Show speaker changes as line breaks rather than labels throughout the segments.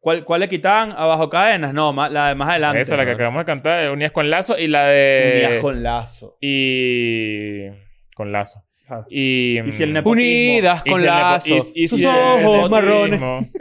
¿Cuál, cuál le quitaban? ¿Abajo cadenas? No, ma- la de más adelante.
Esa, la que
weón.
acabamos de cantar, eh, Unías con lazo y la de.
Unidas con lazo.
Y. Con lazo.
Claro.
Y.
Ah. Y si el
mm,
nepo-
Unidas
y
con
si el nepo-
lazo.
y- y
Tus
si el nepotismo-
ojos marrones.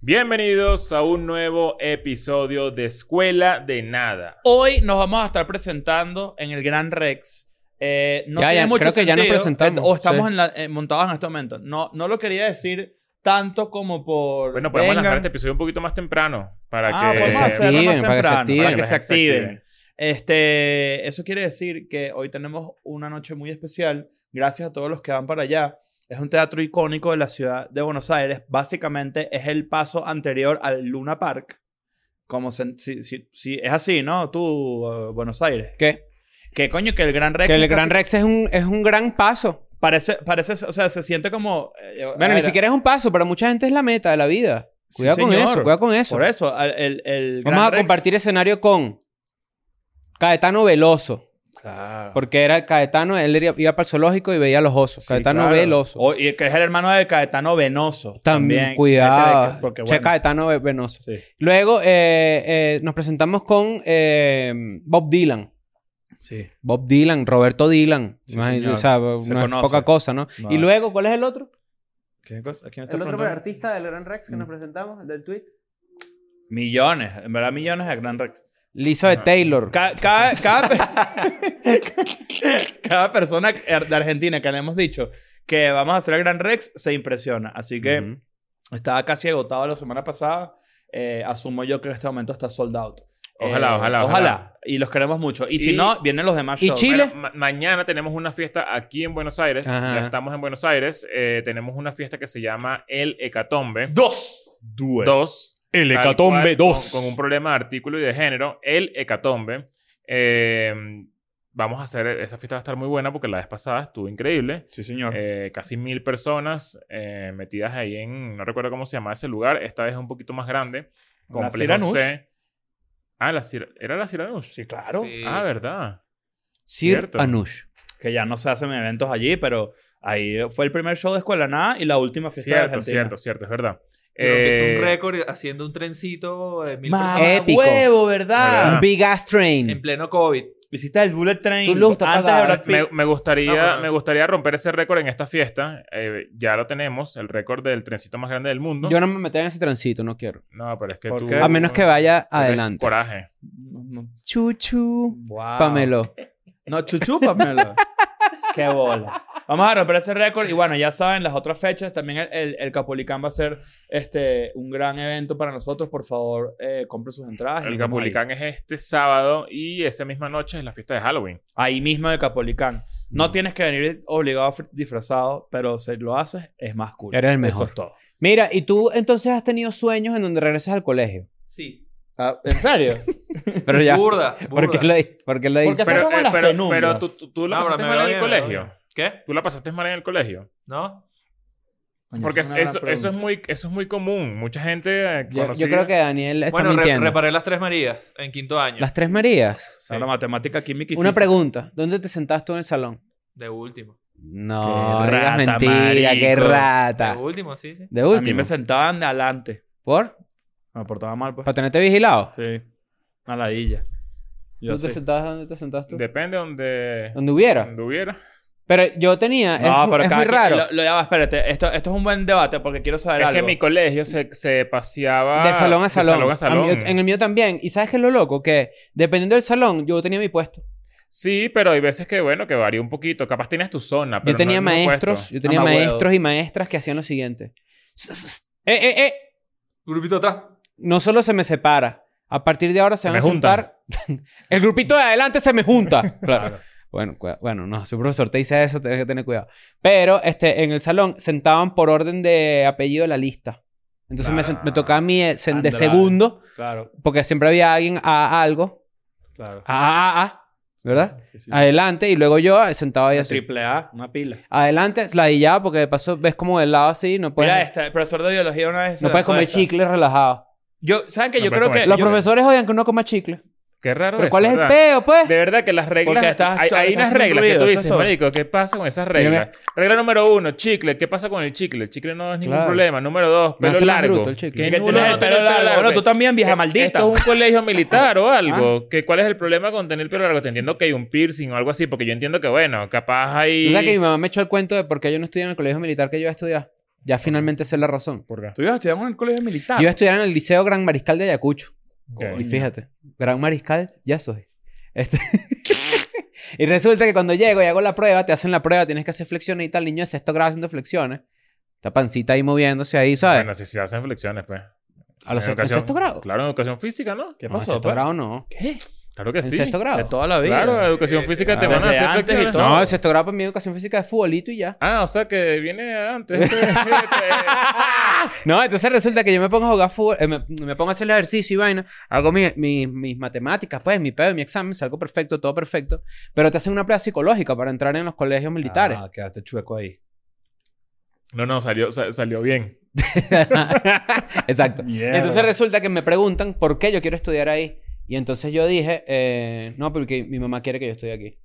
Bienvenidos a un nuevo episodio de Escuela de Nada.
Hoy nos vamos a estar presentando en el Gran Rex. Eh, no
Ya,
tiene
ya,
mucho
creo que ya nos
sentido,
presentamos,
eh, O estamos
sí.
en la- eh, montados en este momento. No, no lo quería decir tanto como por.
Bueno, podemos
vengan.
lanzar este episodio un poquito más temprano para
Ah,
que.
podemos
se
hacerlo más
activen, para que se
temprano,
activen.
para que se
Para que se
activen.
activen.
Este, eso quiere decir que hoy tenemos una noche muy especial. Gracias a todos los que van para allá. Es un teatro icónico de la ciudad de Buenos Aires. Básicamente es el paso anterior al Luna Park. Como se- si, si- si- es así, ¿no? Tú, eh, Buenos Aires.
¿Qué?
Que coño, que el Gran Rex.
Que el
es
Gran
casi-
Rex es un, es un gran paso.
Parece, parece, o sea, se siente como. eh, a
Bueno, ni
ver,
siquiera es un paso, para mucha gente es la meta de la vida.
Sí,
Cuidado con
señor.
eso, cuidado con eso.
Por eso, al- el, el
Vamos
Gran
a
Rex-
compartir escenario con Caetano Veloso.
Claro.
Porque era Caetano, él iba iba para el zoológico y veía los osos.
Sí,
Caetano
claro.
ve el oso.
O- y que es el hermano de Caetano Venoso.
también,
También,
cuidado.
Este de- Porque,
Che
bueno,
Caetano ve- Venoso.
sí.
Luego eh, eh, nos presentamos con eh, Bob Dylan.
Sí.
Bob Dylan, Roberto Dylan.
Sí,
Imagínate,
señor.
o sea, no
Se
es
conoce.
poca cosa, ¿no?
No.
Y luego, ¿cuál es el otro?
¿Qué cosa? ¿A quién está
El otro
preguntando?
artista del Gran Rex que
Mm.
nos presentamos, del tweet.
Millones. En verdad, millones de Gran Rex.
Elizabeth
Ah.
Taylor.
Ca- Cada, cada, per- cada persona de Argentina que le hemos dicho que vamos a hacer el Gran Rex se impresiona. Así que
Ujú.
estaba casi agotado la semana pasada. Eh, asumo yo que en este momento está sold out.
Ojalá,
Eh,
ojalá, ojalá.
Y los queremos mucho. Y, si
Y-
no, vienen los demás
y
shows.
Chile.
Bueno, ma- mañana tenemos una fiesta aquí en Buenos Aires.
Ajá.
Ya estamos en Buenos Aires. Eh, tenemos una fiesta que se llama El Hecatombe
Dos. Due.
2.
El
tal cual,
Hecatombe
con-
2.
Con, un problema de artículo y de género, el hecatombe. Eh, vamos a hacer, esa fiesta va a estar muy buena porque la vez pasada estuvo increíble.
Sí, señor.
Eh, casi mil personas eh, metidas ahí en, no recuerdo cómo se llama ese lugar, esta vez es un poquito más grande.
La
Complejo
Ciranus.
C. Ah, la Cira- ¿era la Ciranus?
sí, claro.
Sí.
Ah, verdad.
Sir
Cierto.
Anush.
que ya no se hacen eventos allí, pero ahí fue el primer show de Escuela Nada y la última fiesta de
Cierto,
Argentina.
cierto, cierto, es verdad.
Rompiste
Eh,
un récord haciendo un trencito de mil
Mamá,
personas
Épico.
huevo,
Ah.
Un
¿verdad?
big ass train.
en pleno COVID.
Hiciste el Bullet Train
Tú lo gustas
antes de
pagar.
Brad Pitt.
me, me gustaría,
No, pero-
me gustaría romper ese récord en esta fiesta. Eh, ya lo tenemos, el récord del trencito más grande del mundo.
Yo no me metí en ese transito, no quiero.
No, pero es que
¿Por
tú...
qué?
A menos que vaya
tú eres
adelante.
Coraje.
No, no.
Chuchu.
Wow.
Pamelo.
No, chuchu, Pamelo. Qué bolas. Vamos a romper ese récord. Y bueno, ya saben, las otras fechas. También el, el, el Capulicán va a ser este, un gran evento para nosotros. Por favor, eh, compren sus entradas. y
El
nos vemos ahí.
Capulicán es este sábado y esa misma noche es la fiesta de Halloween.
Ahí mismo de Capolicán.
Mm.
No tienes que venir obligado fr- disfrazado, pero si lo haces, es más cool.
Eres el
Eso
mejor.
es todo.
Mira, ¿y tú entonces has tenido sueños en donde regresas al colegio?
Sí.
Ah, ¿En serio?
Pero ya.
Burda, burda.
¿Por qué lo, di- por qué lo
Porque
dices?
Está
Pero,
como
eh,
las
pero,
penumbras.
pero tú, tú, tú la
No, pero
pasaste
me
mal en
doy,
el
me doy.
colegio.
¿Qué?
Tú la pasaste mal en el colegio.
¿No?
Porque eso, eso, es muy, eso es muy común. Mucha gente eh,
Yo, yo
conocida-
creo que Daniel está
Bueno, re-
mintiendo.
reparé las tres Marías en quinto año.
Las tres Marías.
Sí,
Ahora matemática, química y
Una
física.
pregunta. ¿Dónde te sentaste tú en el salón?
De último.
No,
Qué
digas
rata,
mentira, qué
marico.
rata.
De último, sí, sí.
De
A mí
último.
me sentaban de adelante.
¿Por?
Me portaba mal, pues.
¿Para tenerte vigilado?
Sí. Una ladilla. Yo
¿Tú te
sí.
sentabas dónde te sentaste tú?
Depende donde,
Donde hubiera.
donde hubiera.
Pero yo tenía...
No,
es,
pero
es
cada
muy
quien-
raro.
Lo, lo- ya va, espérate. Esto, esto es un buen debate porque quiero saber
Es
algo.
que mi colegio se, se paseaba...
De salón a
Ah, de
salón.
salón a salón.
A mí- en el mío también. ¿Y sabes qué es lo loco? Que dependiendo del salón, yo tenía mi puesto.
Sí, pero hay veces que, bueno, que varía un poquito. Capaz tienes tu zona, pero
yo tenía
no el mismo
maestros,
puesto.
yo tenía
Mamá huevo.
maestros y maestras que hacían lo siguiente. ¡Eh, eh, eh!
Grupito atrás.
No solo se me separa. A partir de ahora se,
Se
van a
me juntan.
juntar. el grupito de adelante se me junta. Claro.
Claro.
Bueno, cua- bueno, no, si un profesor te dice eso, tienes que tener cuidado. Pero este, en el salón sentaban por orden de apellido de la lista. Entonces me, sen- me tocaba a mí eh, sen- de
Andrade.
segundo,
Claro,
porque siempre había alguien a algo.
claro.
A, A, A, Ah, ¿verdad? Ah,
Sí, sí.
Adelante, y luego yo eh, sentado ahí
Una
así.
Triple A, una pila.
Adelante, ladillado, porque de paso ves como del lado así, no
Mira, este,
puedes,
esta, el profesor de biología una vez. se
no puedes
lanzó
comer
esta.
chicle relajado.
Yo, ¿Saben que
No
yo
puedes
creo que.
comer
Los
yo-
profesores odian que uno coma chicle.
Qué raro
¿Pero
eso,
cuál es el
¿verdad?
peo, pues?
De verdad que las reglas.
Porque estás-
hay,
tú-
hay
estás
unas
haciendo
reglas
ruido,
que tú
eso es
dices,
todo.
marico, ¿qué pasa con esas reglas? Regla número uno, chicle. ¿Qué pasa con el chicle? El chicle no es ningún
Claro.
problema. Número dos,
Me
pelo
hace más
largo.
bruto el chicle.
Que
Que
nulo
tenés
no
el
tener
pelo largo. Bueno, tú también, vieja maldita.
Eh, Esto es un colegio militar o algo. Que ¿Cuál es el problema con tener el pelo largo? Te entiendo que hay un piercing o algo así, porque yo entiendo que, bueno, capaz
Tú
hay.
sabes que mi mamá me echó el cuento de por qué yo no estudié en el colegio militar que yo iba a estudiar. Ya finalmente sé la razón.
¿Por qué?
Tú ibas a estudiar en el colegio militar.
Yo iba a estudiar en el Liceo Gran Mariscal de Ayacucho.
Ah. Ok.
Y fíjate, Gran Mariscal ya soy. Este... y resulta que cuando llego y hago la prueba, te hacen la prueba, tienes que hacer flexiones y tal. Niño de sexto grado haciendo flexiones. Esta pancita ahí moviéndose ahí, ¿sabes?
Bueno, si se hacen flexiones, pues.
a los
en
en
educación-
sexto grado.
Claro, en educación física, ¿no?
¿Qué
No, en
pasó?
sexto
pues?
grado no.
¿Qué?
Claro que
En
sí.
sexto grado.
De toda la vida.
Claro, educación
Sí,
física
sí.
te van
Eh,
a
Desde
hacer
antes y
flexiones.
todo.
No, el sexto grado para mí educación física es futbolito y ya.
Ah, o sea que viene antes. Este, ese-
No, entonces resulta que yo me pongo a jugar fútbol, eh, me, me pongo a hacer el ejercicio y vaina, hago mi- mi- mis matemáticas, pues, mi pedo, mi examen, salgo perfecto, todo perfecto, pero te hacen una prueba psicológica para entrar en los colegios militares.
Ah, quedaste chueco ahí.
no, no, salió, sa- salió bien.
Exacto. Y
Mierda.
entonces resulta que me preguntan por qué yo quiero estudiar ahí. Y entonces yo dije, eh, no, porque mi mamá quiere que yo estudie aquí.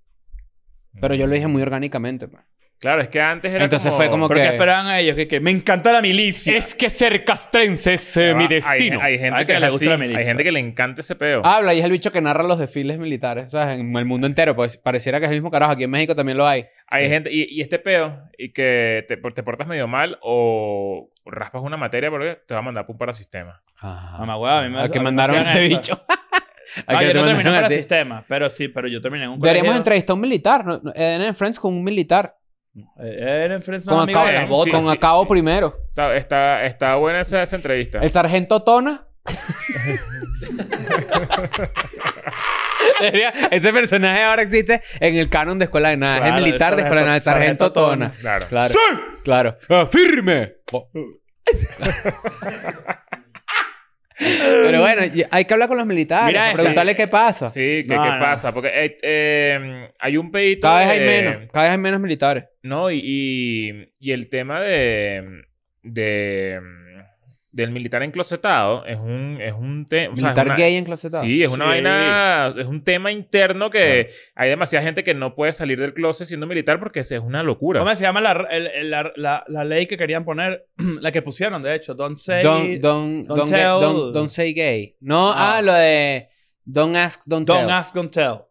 Pero yo lo dije muy orgánicamente. pues.
Claro, es que antes era
Entonces fue como
¿Pero
que-
qué esperaban a ellos? Que, que me encanta la milicia.
que ser castrense es eh,
Ah, hay- Hay, gente
Ay,
que,
que
le
le gusta la milicia.
Hay gente que le encanta ese peo.
Habla y es el bicho que narra los desfiles militares, ¿sabes? En el mundo entero, pues pareciera que es el mismo carajo. Aquí en México también lo hay.
hay gente... Y, y este peo, y que te, te portas medio mal o raspas una materia porque te va a mandar para un parasistema.
Mamá, hueva, a mí me
Al que
a mí me
mandaron a
hacían
este
eso.
bicho. Al
No,
que
yo
te
no terminé
mandaron
para
a ti.
sistema, pero sí, pero yo terminé en un colegio.
Deberíamos entrevistar a un militar. ¿no? Eh, en Friends con un militar.
Eh, Era en Friends, un
con
amigo
Acabo,
de las botas.
sí,
con
sí,
Acabo
sí.
primero.
Está, está, está buena esa, esa entrevista.
El sargento Tona. Debería- Ese personaje ahora existe en el canon de Escuela de Nada. es
Claro,
el militar
el
de Escuela de Nada. El
sargento-
sargento, Tona.
Claro.
Claro. Claro. Oh.
¡Firme!
Pero bueno, y- hay que hablar con los militares.
Mira esta.
preguntarle qué pasa.
Sí, que,
No,
¿qué
no.
pasa? Porque eh, eh, hay un pedito
Cada vez hay
de-
menos. Cada vez hay menos militares.
No, y, y, y el tema de, de del militar enclosetado es un es un tema
Militar gay enclosetado.
Sí, es una
Sí.
vaina, es un tema interno que hay demasiada gente que no puede salir del closet siendo militar porque es es una locura.
¿Cómo se llama la, el- el- la, la, la ley que querían poner? la que pusieron, de hecho. Don't say...
Don't,
don't
don't, don't, gay-
tell.
don't- don't say gay. No, ah,
Ah.
lo de Don't ask, don't,
don't
tell.
ask, don't tell.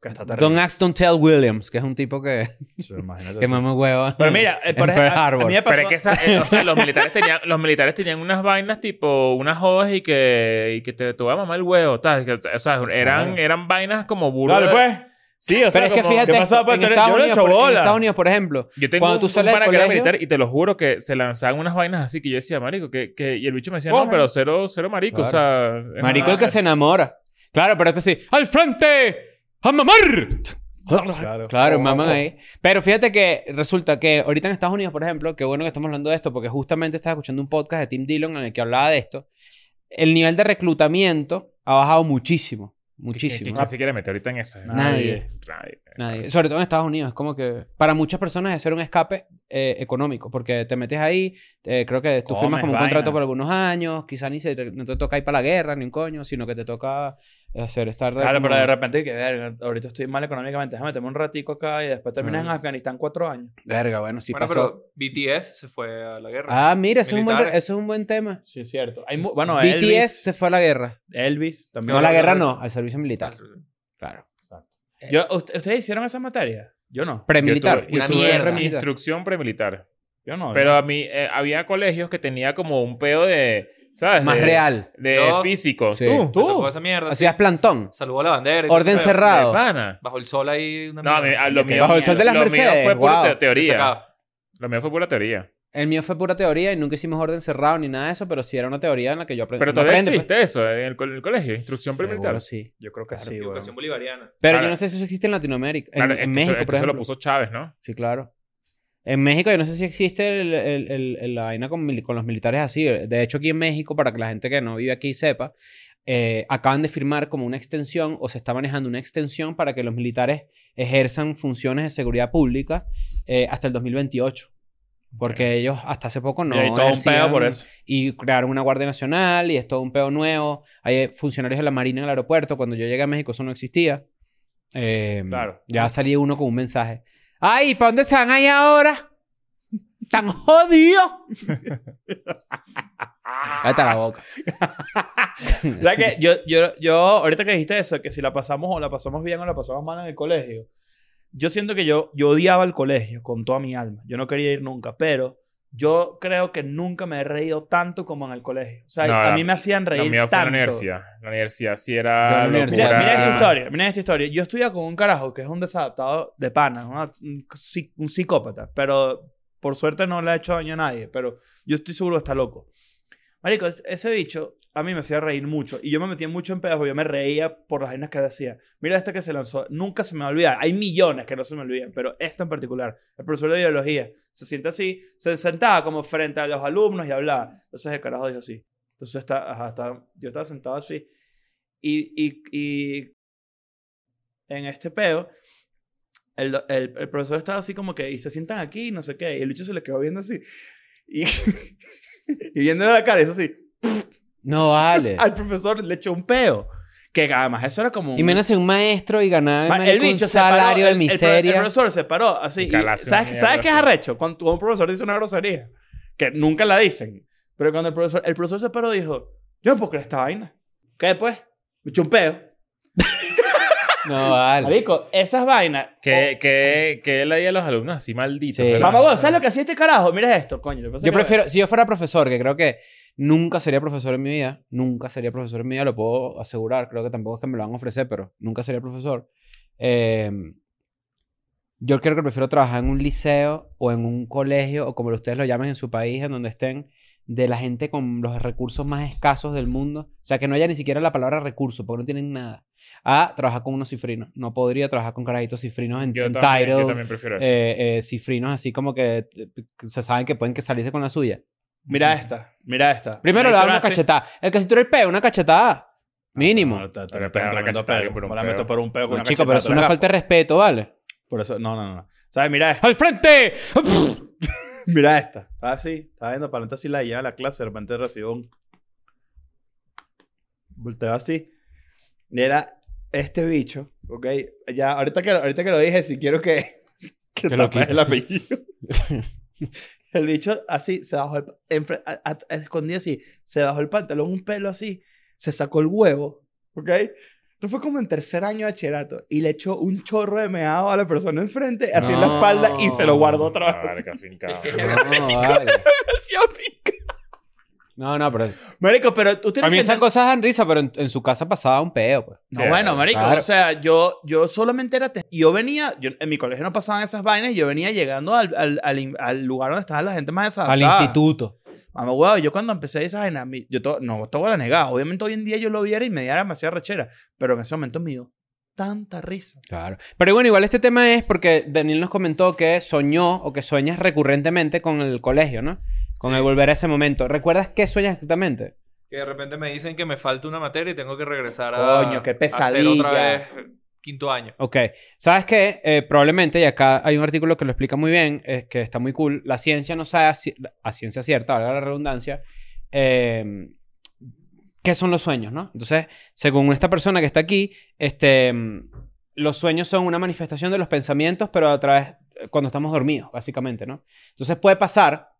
Que está terrible.
Don't ask, don't tell Williams, que es un tipo que,
Sí, imagínate
que
tú.
mama hueva.
Pero mira, eh, por
en Pearl
ejemplo, a, a
Harbor.
mí me pasó...
Pero es que esa- eh, o sea, los militares tenían, los militares tenían unas vainas tipo unas jodas y que, y que te, te voy a mamar el huevo, tal, que, O sea, eran,
Claro.
eran vainas como burdas.
Dale, pues.
Sí, o sea,
Pero es que
como-
fíjate,
¿qué pasó? Pues,
en,
tú eres-
Estados
yo le
Unidos,
echo
por, en
bola.
Estados Unidos, por ejemplo,
Yo tengo
Cuando
un,
tú
un
sales del
pana que era
colegio-
militar y te lo juro que se lanzaban unas vainas así que yo decía, marico, que, que... y el bicho me decía, no,
Coge.
pero cero, cero marico, o sea... es
marico
una-
el que se enamora. Claro, pero esto sí, ¡al frente! ¡A mamar!
Claro.
Claro, maman ahí. Pero fíjate que resulta que ahorita en Estados Unidos, por ejemplo, qué bueno que estamos hablando de esto, porque justamente estaba escuchando un podcast de Tim Dillon en el que hablaba de esto. El nivel de reclutamiento ha bajado muchísimo.
¿Qui- qui-
Muchísimo.
¿Quién se quiere meter ahorita en eso?
Nadie.
Nadie.
Nadie. Sobre todo en Estados Unidos. Es como que para muchas personas es ser un escape eh, económico. Porque te metes ahí, eh, creo que tú
Comes,
firmas como un
vaina.
contrato por algunos años. Quizás ni se, no te toca ir para la guerra, ni un coño, sino que te toca hacer estar...
Claro,
como-
pero de repente que, verga, ahorita estoy mal económicamente, déjame meterme un ratico acá y después terminas en
Ah.
Afganistán cuatro años.
Verga, bueno, sí
bueno,
pasó.
pero BTS se fue a la guerra.
Ah, mira, eso es, un buen,
Militares.
eso es un buen tema.
Sí, es cierto. Hay mu- bueno,
BTS
Elvis,
se fue a la guerra.
Elvis
No,
también.
a la
la
guerra
guerra.
no, al servicio militar. Claro.
Yo- ¿ust- ¿Ustedes hicieron esa materia? Yo no.
Yo
Premilitar.
tuve- yo
Una
estudié
tuve
mierda.
premilitar.
Instrucción premilitar.
Yo no.
Pero a mí eh, había colegios que tenía como un pedo de, ¿sabes?
Más
De-
real.
De
Yo-
físico.
Sí.
Tú.
Tú.
Tú.
esa mierda. sí.
Hacías plantón.
Saludó a la bandera. y todo
Orden
eso.
cerrado.
Pana.
Bajo el sol ahí. Una
No, a mí- a lo
Ok.
mío...
Bajo el sol de las
lo mío
Mercedes,
fue pura
wow.
te- teoría.
Machacado.
Lo mío fue pura teoría.
El mío fue pura teoría y nunca hicimos orden cerrado ni nada de eso, pero sí era una teoría en la que yo aprendí.
Pero todavía existe eso en el co- en el colegio. Instrucción premilitar.
pues. sí.
yo creo que
Claro,
sí, güey.
Educación bolivariana.
Pero
Claro.
yo no sé si eso existe en Latinoamérica. En,
Claro,
en
es que eso-
México,
es que
por
eso
ejemplo.
lo puso Chávez, ¿no?
Sí, claro. En México yo no sé si existe el- el- el- el- la vaina con, mili- con los militares así. De hecho, aquí en México, para que la gente que no vive aquí sepa, eh, acaban de firmar como una extensión o se está manejando una extensión para que los militares ejerzan funciones de seguridad pública eh, hasta el 2028. Porque ellos hasta hace poco no.
y hay todo un
ejercían-
pedo por eso.
y crearon una Guardia Nacional y es todo un peo nuevo. Hay eh, funcionarios de la Marina en el aeropuerto. Cuando yo llegué a México eso no existía. Eh,
Claro.
Ya salía uno con un mensaje. ¡Ay, ¿para dónde se van ahí ahora? ¡Tan jodidos! Cállate la boca.
¿Sabes qué? yo, yo, yo, ahorita que dijiste eso, que si la pasamos o la pasamos bien o la pasamos mal en el colegio, yo siento que yo, yo odiaba el colegio con toda mi alma. Yo no quería ir nunca, pero yo creo que nunca me he reído tanto como en el colegio. O sea,
No,
a
la-
mí me hacían
La
reír
mía fue en
tanto.
la universidad. La universidad sí
Yo en
era
la
O sea,
universidad.
locura.
mira esta historia, mira esta historia. Yo estudiaba con un carajo que es un desadaptado de pana, una- un, psi- un psicópata, pero por suerte no le ha hecho daño a nadie, pero yo estoy seguro que está loco. Marico, es- ese bicho a mí me hacía reír mucho y yo me metía mucho en pedos, porque yo me reía por las vainas que él hacía. Mira esta que se lanzó, nunca se me va a olvidar. Hay millones que no se me olvidan, pero esta en particular, el profesor de biología, se sienta así, se sentaba como frente a los alumnos y hablaba. Entonces el carajo dijo así. Entonces está, ajá, está- yo estaba sentado así y, y, y en este peo, el, do- el, el profesor estaba así como que, y se sientan aquí, no sé qué, y el bicho se le quedó viendo así, y, y viéndole la cara, eso sí,
No vale.
al profesor le echó un peo, que además eso era como un...
Y menos ser un maestro y ganar
Ma-
marico, un
se paró,
salario
el-
de
el pro- El,
miseria.
profesor se paró así.
Y
y-
calazo,
¿Sabes,
una
qué- ¿sabes
mierda
qué es
así.
arrecho? Cuando un profesor dice una grosería, que nunca la dicen, pero cuando el profesor, el profesor se paró dijo, yo no puedo creer esta vaina. ¿Qué pues? Me echó un peo.
No vale.
Marico, esas vainas.
Que, que, que él leía a los alumnos así malditos.
Sí.
O-
¿verdad?
Mamá, huevo, ¿sabes lo que hacía este carajo? Mira esto, coño. lo que pasa es
Yo
que-
prefiero, si yo fuera profesor, que creo que nunca sería profesor en mi vida, nunca sería profesor en mi vida, lo puedo asegurar, creo que tampoco es que me lo van a ofrecer, pero nunca sería profesor. Eh, yo creo que prefiero trabajar en un liceo o en un colegio, o como ustedes lo llamen en su país, en donde estén, de la gente con los recursos más escasos del mundo. O sea, que no haya ni siquiera la palabra recurso, porque no tienen nada. A trabajar con unos cifrinos. No podría trabajar con carajitos cifrinos en,
Yo
en
también, yo
title,
también prefiero eso.
eh, eh, cifrinos así como que eh, se saben que pueden que salirse con la suya.
Mira esta, mira esta.
Primero
Me
le da
hicieron
una
así.
cachetada. El que se tiró el peo, una cachetada. Mínimo.
No, te- te-
Pero
te-
pegar una
tremendo
cachetada
peo.
por un
Me la
peo.
meto por un peo con
No,
una
chico, pero
cachetada,
es
te la
una
gafo.
falta de respeto, ¿vale?
Por eso, no, no, no. ¿Sabes? Mira esta,
¡Al frente!
mira esta. Estaba así, estaba viendo para adelante así la lleva a la clase, de repente recibió un. Volteó así. Y era este bicho, ¿ok? Ya, ahorita que, ahorita que lo dije, si quiero que. Que,
Que lo
tapes
quite.
el apellido. el bicho así, se bajó el. pa- enfre- a- a- a- escondido así, se bajó el pantalón, un pelo así, se sacó el huevo, ¿ok? Esto fue como en tercer año de bachillerato y le echó un chorro de meado a la persona enfrente, así en la
No.
espalda y se lo
Ah,
guardó otra vez.
Marica, fincado.
No, vale.
Así a pica.
No, no, pero...
Marico, pero tú tienes
A mí
que
esas
enten-
cosas dan risa, pero en, en su casa pasaba un peo, pues.
No,
Sí,
bueno, marico,
claro.
o sea, yo, yo solamente era... te- Yo venía... yo- en mi colegio no pasaban esas vainas y yo venía llegando al, al, al in- al lugar donde estaba la gente más
Al
desadaptada.
instituto.
Mamá, huevo, yo cuando empecé esas vainas, mi- yo to- no, todo la negaba. Obviamente hoy en día yo lo viera y me diera demasiada rechera, pero en ese momento me dio tanta risa.
Claro. Pero bueno, igual este tema es porque Daniel nos comentó que soñó o que sueñas recurrentemente con el colegio, ¿no? Con
Sí.
el volver a ese momento. ¿Recuerdas qué sueñas exactamente?
Que de repente me dicen que me falta una materia y tengo que regresar a.
Coño, qué
A
pesadilla.
hacer otra vez quinto año.
Ok. ¿Sabes qué? Eh, probablemente, y acá hay un artículo que lo explica muy bien, es que está muy cool, la ciencia no sabe a, ci- a ciencia cierta, valga la redundancia, eh, qué son los sueños, ¿no? Entonces, según esta persona que está aquí, este, mm, los sueños son una manifestación de los pensamientos, pero a través, eh, cuando estamos dormidos, básicamente, ¿no? Entonces puede pasar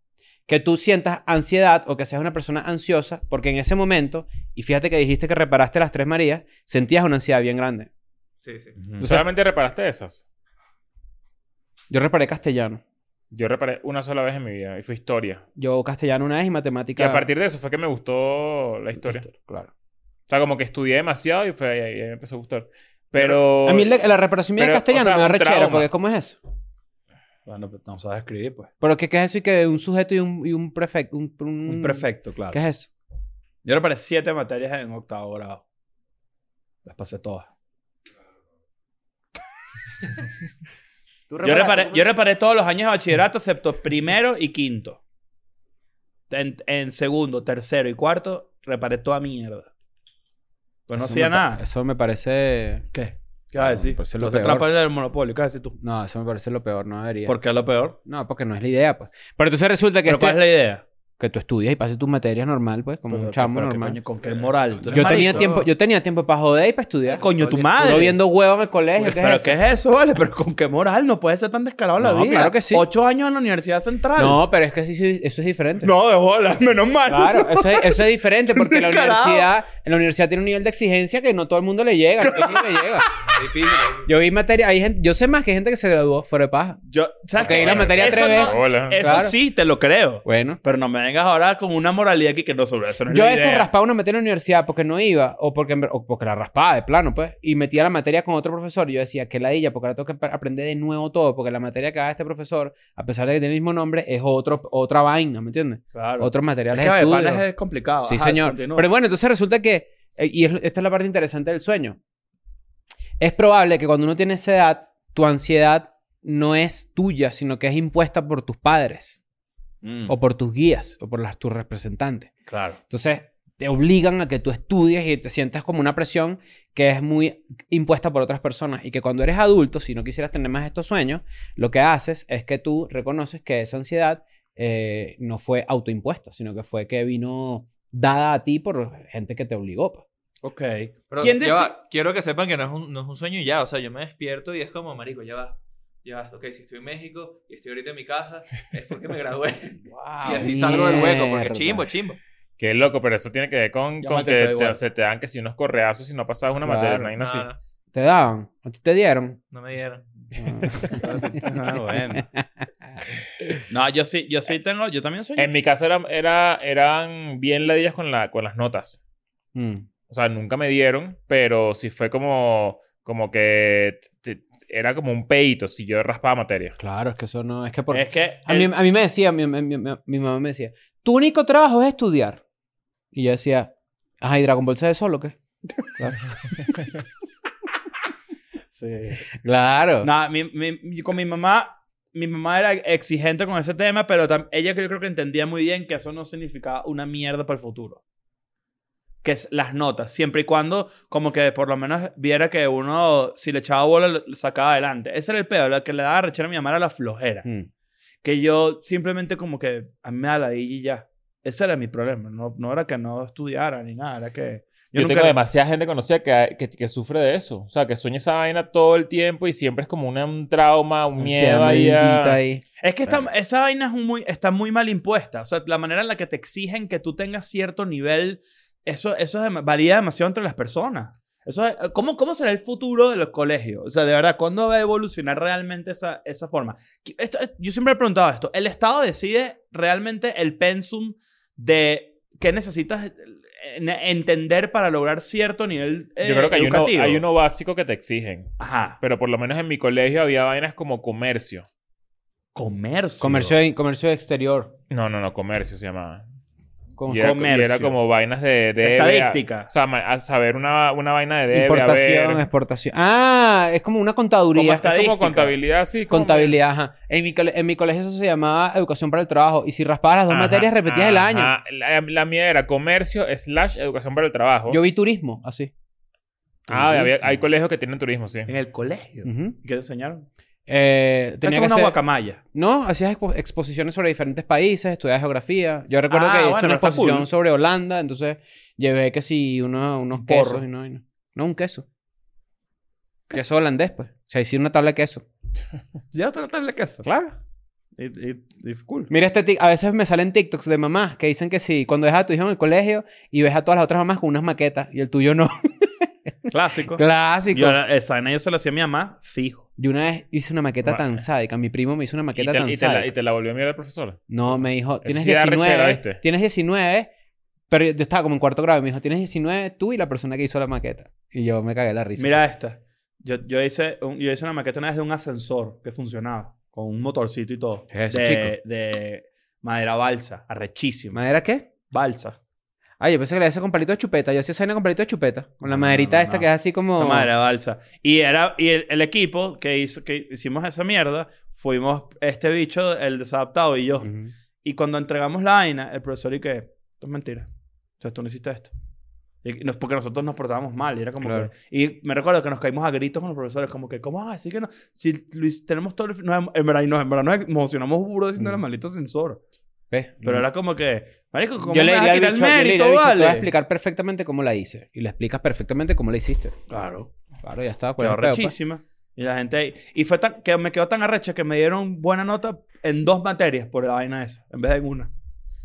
que tú sientas ansiedad o que seas una persona ansiosa, porque en ese momento, y fíjate que dijiste que reparaste las tres Marías, sentías una ansiedad bien grande.
Sí, sí.
¿Tú solamente reparaste esas?
Yo reparé castellano.
Yo reparé una sola vez en mi vida y fue historia.
Yo castellano una vez y
Y
matemática.
a partir de eso fue que me gustó la historia.
Claro.
O sea, como que estudié demasiado y fue ahí, ahí me empezó a gustar. Pero...
A mí la, la reparación mía de
Pero, o
castellano
sea,
me da
un
rechera,
trauma.
porque ¿cómo es eso?
Bueno, pero no sabes escribir, pues.
¿Pero qué, qué es eso y que un sujeto y un, y un prefecto? Un, un-
Un perfecto, claro.
Mm. ¿Qué es eso?
Yo reparé siete materias en octavo grado. Las pasé todas. Yo reparé, yo reparé todos los años de bachillerato, excepto primero y quinto. En, en segundo, tercero y cuarto, reparé toda mierda. Pues no
Eso
hacía
me pa-
nada.
Eso me parece...
¿Qué? ¿Qué vas a
No,
decir?
pues es lo
Entonces
peor.
trampa del monopolio. ¿Qué vas a decir tú?
No, eso me parece lo peor, no debería.
¿Por qué es lo peor?
No, porque no es la idea, pues. Pero entonces resulta que,
¿Pero cuál es
este-
la idea?
que tú estudias y pases tus materias normal, pues, como
Pero-
un chamo
pero qué
normal.
coño, ¿Con qué moral? ¿Tú eres
Yo tenía,
marico?
tiempo, yo tenía tiempo para joder y para estudiar.
Coño, tu madre.
Yo viendo huevo en el colegio. ¿qué es
¿Pero
eso?
qué es eso, vale? ¿Pero con qué moral? No puede ser tan descarado la
No,
vida.
claro que sí.
Ocho años en la Universidad Central.
No, pero es que sí- sí, eso es diferente.
No, de bola, menos mal.
Claro, eso es, eso es diferente porque la
Descarado.
universidad, en la universidad tiene un nivel de exigencia que no todo el mundo le llega. no todo el mundo le llega.
Difícil.
Yo vi materia, hay gente, yo sé más que gente que se graduó fuera de paja.
Yo, ¿sabes
Porque
qué?
ahí la
Eso-
materia
eso
tres
no-
veces.
Hola.
Eso
Claro.
sí, te lo creo.
Bueno.
Pero no me vengas ahora con una moralidad aquí que no sobre eso. No es
Yo a
la
veces
idea.
raspaba una materia en la universidad porque no iba o porque, en ver- o porque la raspaba de plano, pues. Y metía la materia con otro profesor. Y yo decía, qué ladilla, porque ahora tengo que pa- aprender de nuevo todo. Porque la materia que da este profesor, a pesar de que tiene el mismo nombre, es otro, otra vaina, ¿me entiendes?
Claro.
Otros
es
materiales
que
de
a ver,
estudio.
panas es complicado.
Sí,
Ajá,
señor.
continúa.
Pero bueno, entonces resulta que, eh, y es- esta es la parte interesante del sueño, es probable que cuando uno tiene esa edad, tu ansiedad no es tuya, sino que es impuesta por tus padres,
Mm,
o por tus guías, o por las, tus representantes.
claro.
Entonces, te obligan a que tú estudies y te sientas como una presión que es muy impuesta por otras personas. Y que cuando eres adulto, si no quisieras tener más estos sueños, lo que haces es que tú reconoces que esa ansiedad eh, no fue autoimpuesta, sino que fue que vino dada a ti por gente que te obligó. pues.
Ok.
Pero
¿Quién
ya va,
deci-
Quiero que sepan que no es, un, no es un sueño y ya. O sea, yo me despierto y es como, marico, ya va. Ya va. Ok, si estoy en México y estoy ahorita en mi casa, es porque me gradué. y así salgo del hueco, porque
Ah, mierda.
chimbo, chimbo.
Qué loco, pero eso tiene que ver con,
Ya
con
mate,
que
pero
te-
igual.
se te dan que si unos correazos, si no pasabas una
Claro.
materia, no hay
No,
así.
no,
¿Te daban? ¿A ti te dieron?
no me dieron.
Ah, bueno. No, yo sí, yo sí tengo, yo también soy.
En mi caso era, era, eran bien ladillas con, la, con las notas.
Mm.
O sea, nunca me dieron, pero sí fue como, como que te- era como un peito si yo raspaba materia.
Claro, es que eso no... Es que por...
Es que
A mí,
Eh, el-
a mí me decía, mi, mi- mi- mi mamá me decía, tu único trabajo es estudiar. Y yo decía, ajá, ¿y Dragon Ball Z de solo qué? Claro. Claro.
Nada, mi- mi- mi- con mi mamá, mi mamá era exigente con ese tema, pero tam- ella que yo creo que entendía muy bien que eso no significaba una mierda para el futuro. Que es las notas, siempre y cuando como que por lo menos viera que uno, si le echaba bola, lo lo sacaba adelante. Ese era el pedo, la que le daba rechera a mi mamá era la flojera.
Mm.
Que yo simplemente como que a mí me da la y ya. Ese era mi problema, no, no era que no estudiara ni nada, era que...
Yo,
nunca-
tengo demasiada gente conocida que, que, que sufre de eso. O sea, que sueña esa vaina todo el tiempo y siempre es como una- un trauma, un miedo
Ansiedad
ahí. a-
maldita ahí.
Es que esta- esa vaina es un muy, está muy mal impuesta. O sea, la manera en la que te exigen que tú tengas cierto nivel, eso, eso es dem- varía demasiado entre las personas. Eso es- ¿cómo, ¿Cómo será el futuro de los colegios? O sea, de verdad, ¿cuándo va a evolucionar realmente esa, esa forma? Qui- esto- es- yo siempre he preguntado esto. ¿El Estado decide realmente el pensum de qué necesitas en- entender para lograr cierto nivel eh,
Yo creo que hay uno,
educativo?
hay uno básico que te exigen.
Ajá.
Pero por lo menos en mi colegio había vainas como comercio.
Comercio.
Comercio, de- comercio exterior.
No, no, no, comercio se llamaba.
Como
Y era,
Comercio.
y era como vainas de... de
Estadística.
O sea, ma- a saber una, una vaina de debe,
importación,
haber.
exportación. Ah, es como una contaduría.
Como esta-
Es
estadística.
como contabilidad, sí. como-
Contabilidad, ajá. En mi, cole- en mi colegio eso se llamaba educación para el trabajo. Y si raspabas las dos
Ajá,
materias, repetías el año.
ajá. La, la mía era comercio slash educación para el trabajo.
Yo vi turismo, así.
Ah, había- hay
Turismo.
colegios que tienen turismo, sí.
En el colegio.
Ujú.
¿Y qué te enseñaron?
Eh,
Esto
tenía que
es una
hacer-
guacamaya.
No, hacías expo- exposiciones sobre diferentes países, estudiabas geografía. Yo recuerdo
Ah,
que hice
bueno,
una
está
exposición
cool.
sobre Holanda, entonces llevé que sí uno- unos
Porro.
quesos y no, y no. No, un queso. Queso holandés, pues. O sea, hice una tabla de queso.
Ya está en la casa.
Claro.
Y, y, y fue cool.
Mira este tic, a veces me salen TikToks de mamás que dicen que sí, cuando dejas a tu hijo en el colegio y ves a todas las otras mamás con unas maquetas y el tuyo no.
Clásico.
Clásico.
Yo, la- esa vaina yo se la hacía a mi mamá, fijo.
Yo una vez hice una maqueta
Ma-
tan sádica, mi primo me hizo una
Y
maqueta
te,
tan
y te
sádica.
la, y te la volvió a mirar el profesor.
No, me dijo, tienes
sí da
19.
rechera, ¿viste?
Tienes 19. Pero yo yo estaba como en cuarto grado. y Me dijo, tienes 19 tú y la persona que hizo la maqueta. Y yo me cagué la risa.
Mira esta. Yo, yo, hice un- yo hice una maqueta una vez de un ascensor que funcionaba. Con un motorcito y todo.
¿Qué es eso,
de, de madera balsa. Arrechísima.
¿Madera qué?
Balsa.
Ah, yo pensé que la hice con palito de chupeta. Yo hacía esa vaina con palito de chupeta. Con la
No,
maderita
no,
esta
no.
que es así como...
Esta madera balsa. Y, era, y el, el equipo que, hizo, que hicimos esa mierda, fuimos este bicho, el desadaptado y yo.
Ujú.
Y cuando entregamos la vaina, el profesor y que, esto es mentira. O sea, tú no hiciste esto. Y nos- Porque nosotros nos portábamos mal. Y, era como
Claro.
que- y me recuerdo que nos caímos a gritos con los profesores. Como que, ¿cómo vas a decir que no? Si lo hic- tenemos todo el... fi- Nos, em- en, verdad, y nos, en verdad nos emocionamos burro diciendo el
Mm.
maldito censor.
¿Ves?
Pero era como que... Marico, ¿cómo
yo le
me vas
diría
a
al
quitar
bicho, yo le
el
diría
mérito,
al bicho, te voy a
vale?
explicar perfectamente cómo la hice. Y le explicas perfectamente cómo la hiciste.
Claro.
Claro, ya está.
Quedó
¿cuál es el peo, pues?
rechísima. Y la gente ahí. Y fue tan, que me quedó tan arrecha que me dieron buena nota en dos materias por la vaina esa, en vez de en una.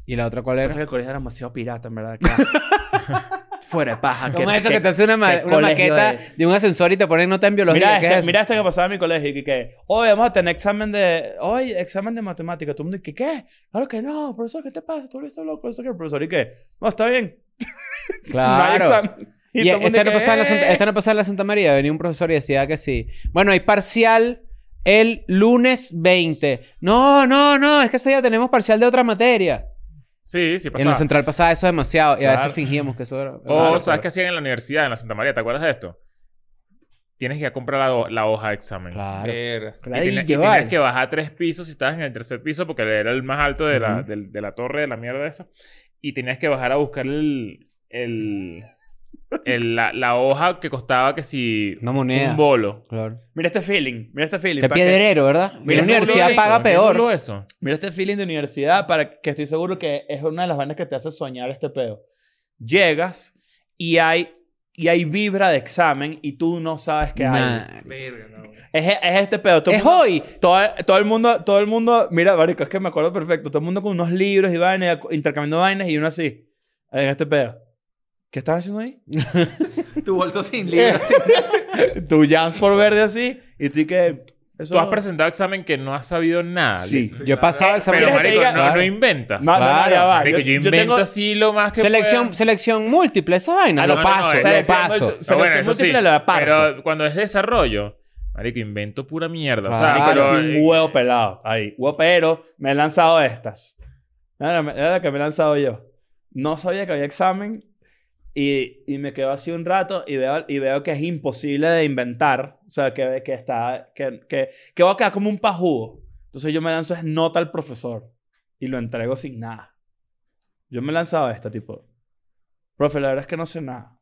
¿Y la otra cuál
Pero que
era?
el colegio era demasiado pirata, en verdad. acá. Fuera de paja.
¿Cómo
que-
es eso
que-
que, te hace una, ma-
qué
una
colegio
maqueta
de-
de... un ascensor y te ponen nota en biología?
Mira
¿Qué
este,
es
mira este que pasaba en mi colegio. Y que, hoy vamos a tener examen de... Hoy, examen de matemática. Todo el mundo, y que, ¿qué? Claro que no, profesor, ¿qué te pasa? Tú eres loco, eso que el profesor. Y que, no, está bien.
eso?
No hay
Claro.
examen.
Y,
todo el mundo
esta, no
que,
pasaba en la Santa,
"Eh".
esta no pasaba en la Santa María. Venía un profesor y decía que sí. Bueno, hay parcial el lunes 20. No, no, no. Es que ese día tenemos parcial de otra materia.
Sí, sí
En la
pasaba.
central pasaba eso demasiado. Y a
Claro.
veces fingíamos que eso era...
O,
Claro,
¿sabes
claro.
qué hacían en la universidad, en la Santa María? ¿Te acuerdas de esto? Tienes que ir a comprar la, ho- la hoja de examen.
Claro.
Verga.
Y, tenías, y
Ladilla,
tenías
vale.
que bajar tres pisos si estabas en el tercer piso porque era el más alto de la,
Ujú.
del- de la torre, de la mierda esa. Y tenías que bajar a buscar el... el, el- la, la hoja que costaba que si...
Una moneda.
Un bolo.
Claro.
Mira este feeling, mira este feeling.
Qué
pa' que-
piedrero, ¿verdad?
Mira,
la
qué
universidad
duro
paga
¿Qué duro
peor.
eso?
Mira este feeling de universidad para que estoy seguro que es una de las vainas que te hace soñar este pedo. Llegas y hay, y hay vibra de examen y tú no sabes qué hay.
Nah.
Verga, no.
Es, es este pedo. Todo el
Es
mundo-
hoy.
Todo, todo el mundo, todo el mundo, mira, marico, es que me acuerdo perfecto. Todo el mundo con unos libros y vainas, intercambiando vainas y uno así, en este pedo. ¿Qué estás haciendo ahí?
Tu bolso sin libros.
Tú llamas por verde así y tú y que... Eso,
Tú has presentado examen que no has sabido nada.
Sí.
Yo he pasado examen.
Pero,
Mira,
marico,
diga-
no,
Claro.
no inventas.
No, no, no, ya va.
Marico,
Ah,
yo,
Yo- yo
invento
tengo-
así lo más que
Selección,
pueda.
selección múltiple, esa vaina.
Ah,
lo
no, no, no,
paso,
es-
lo
es-
paso.
Selección
bueno, eso sí.
múltiple lo aparto.
Pero cuando es desarrollo, marico, invento pura mierda.
Claro.
Marico,
o
yo
sea,
soy
pero, eh,
un huevo pelado. Ahí. Huevo, pero me he lanzado estas. Era la, era la que me he lanzado yo. No sabía que había examen y, y me quedo así un rato y veo, y veo que es imposible de inventar. O sea, que, que está... Que, que, que voy a quedar como un pajugo. Entonces yo me lanzo es nota al profesor y lo entrego sin nada. Yo me he lanzado esta, tipo... Profe, la verdad es que no sé nada.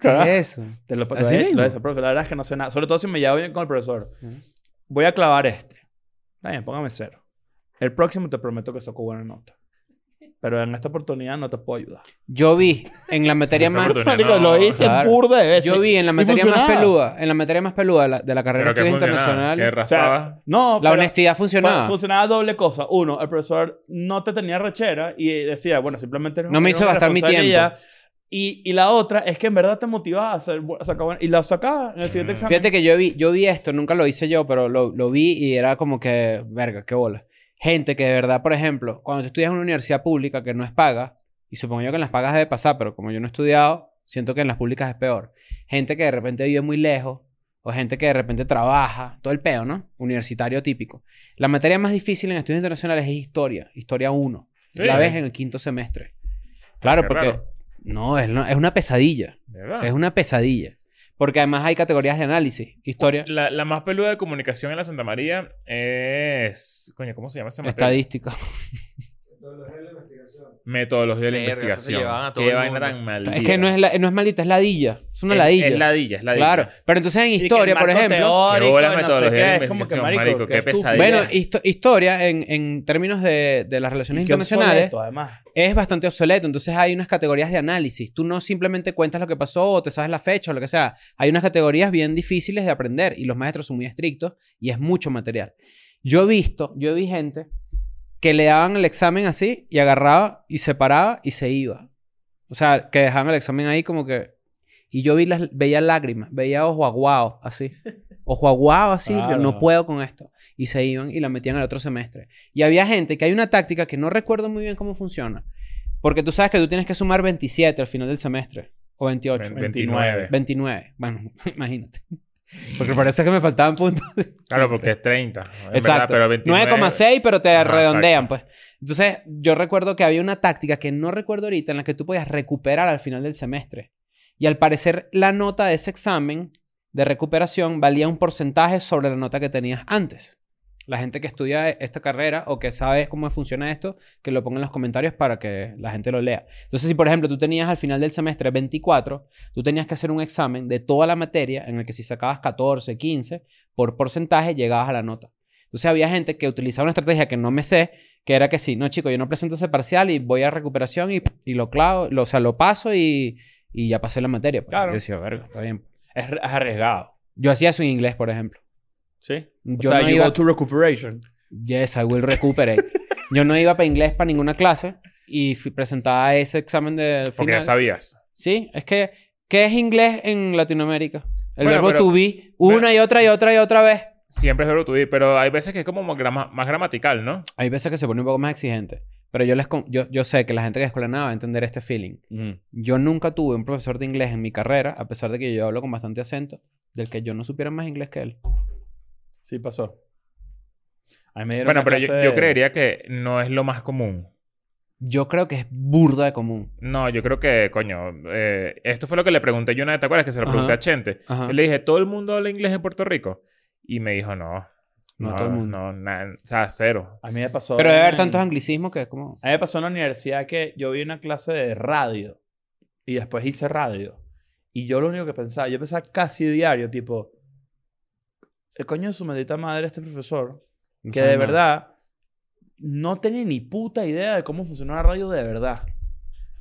Carajo.
¿Qué es eso?
Te lo, lo
Así
de-
mismo.
lo de eso, profe. La verdad es que no sé nada. Sobre todo si me llevo bien con el profesor.
Ujú.
Voy a clavar este. Está bien, póngame cero. El próximo te prometo que saco buena nota. Pero en esta oportunidad no te puedo ayudar.
Yo vi en la materia
Esta
más...
oportunidad, Marico, no. lo hice
Claro.
burda de
Yo vi en la
Y
materia más
funcionaba.
peluda, en la materia más peluda de la, de la carrera de
que
estudios
funcionaba. Que
internacionales,
O sea,
raspaba.
no,
la
pero
honestidad
fu-
funcionaba.
funcionaba doble cosa. Uno, el profesor no te tenía rechera y decía, bueno, simplemente eres
No
un-
me
eres
hizo
una
gastar mi tiempo.
responsabilidad. Y, y la otra es que en verdad te motivaba a hacer bu- a sacar buena- y la sacaba en el siguiente
Mm.
examen.
Fíjate que yo vi, yo vi esto, nunca lo hice yo, pero lo, lo vi y era como que, verga, qué bola. Gente que de verdad, por ejemplo, cuando tú estudias en una universidad pública que no es paga, y supongo yo que en las pagas debe pasar, pero como yo no he estudiado, siento que en las públicas es peor. Gente que de repente vive muy lejos, o gente que de repente trabaja, todo el peo, ¿no? Universitario típico. La materia más difícil en estudios internacionales es historia, historia 1.
Sí.
La ves en el quinto semestre. Claro,
Qué
porque...
raro.
No, es una- es una pesadilla.
De verdad.
Es una pesadilla. Porque además hay categorías de análisis. Historia,
La, la más peluda de comunicación en la Santa María es... Coño, ¿cómo se llama esa materia?
estadística.
Metodología de la
Verga, eso se
investigación.
llevaban a todo
Qué
el
vaina
mundo.
tan maldita.
Es que no es, la- no es maldita, es ladilla. Es una ladilla.
Es ladilla, es ladilla.
Claro. Pero entonces en
Y que
historia, por
marco
ejemplo.
teórico,
Qué bola
no sé
metodología
qué,
de
es como que,
investigación,
marico,
marico, qué
estúpido.
pesadilla.
Bueno, histo- historia en, en términos de, de las relaciones
Y qué
internacionales
obsoleto, además.
es bastante obsoleto. Entonces hay unas categorías de análisis. Tú no simplemente cuentas lo que pasó o te sabes la fecha o lo que sea. Hay unas categorías bien difíciles de aprender y los maestros son muy estrictos y es mucho material. Yo he visto, yo vi gente que le daban el examen así y agarraba y se paraba y se iba. O sea, que dejaban el examen ahí como que... Y yo vi las, veía lágrimas, veía ojo aguado así. Ojo aguado así, yo
Claro.
no puedo con esto. Y se iban y la metían al otro semestre. Y había gente que hay una táctica que no recuerdo muy bien cómo funciona. Porque tú sabes que tú tienes que sumar 27 al final del semestre. O 28.
Ve- 29.
29. Bueno, imagínate. Porque parece que me faltaban puntos.
Claro, porque es 30. en verdad,
Exacto.
pero 29
9,6, pero te
Ajá,
redondean, pues. Entonces, yo recuerdo que había una táctica que no recuerdo ahorita en la que tú podías recuperar al final del semestre. Y al parecer, la nota de ese examen de recuperación valía un porcentaje sobre la nota que tenías antes. la gente que estudia esta carrera o que sabe cómo funciona esto, que lo ponga en los comentarios para que la gente lo lea. Entonces, si por ejemplo tú tenías al final del semestre 24, tú tenías que hacer un examen de toda la materia en el que si sacabas 14, 15, por porcentaje llegabas a la nota. Entonces había gente que utilizaba una estrategia que no me sé, que era que sí, no chico, yo no presento ese parcial y voy a recuperación y, y lo clavo, lo- o sea, lo paso y, y ya pasé la materia. pues.
Claro.
Yo decía, verga, está bien.
Es, es arriesgado.
Yo hacía eso en inglés, por ejemplo.
¿Sí? O
Yo
sea,
no
you
iba-
go to recuperation.
Yes, I will recuperate. Yo no iba para inglés para ninguna clase y fui presentada a ese examen de final.
Porque ya sabías.
Sí, es que ¿qué es inglés en Latinoamérica? El
Bueno,
verbo
pero-
to be una y otra y otra y otra vez.
Siempre es verbo to be, pero hay veces que es como más, grama- más gramatical, ¿no?
Hay veces que se pone un poco más exigente, pero yo les con- yo, yo sé que la gente que es escuela nada va a entender este feeling. Yo nunca tuve un profesor de inglés en mi carrera, a pesar de que yo hablo con bastante acento, del que yo no supiera más inglés que él.
Sí, pasó. A mí me dieron
Bueno,
una
pero yo,
clase
yo
de-
creería que no es lo más común.
Yo creo que es burda de común.
No, yo creo que, coño, eh, esto fue lo que le pregunté yo una vez, ¿te acuerdas? Que se lo pregunté a
Ajá.
Chente.
Ajá.
Yo le dije, ¿todo el mundo habla inglés en Puerto Rico? Y me dijo, no.
No todo el mundo.
No, na- o sea, cero.
A mí me pasó.
Pero debe haber
en-
tantos anglicismos que es como...
A mí me pasó en la universidad que yo vi una clase de radio y después hice radio. Y yo lo único que pensaba, yo pensaba casi diario, tipo, el coño de su maldita madre este profesor,
no
que
sabe
de
nada.
verdad no tenía ni puta idea de cómo funcionaba la radio de verdad.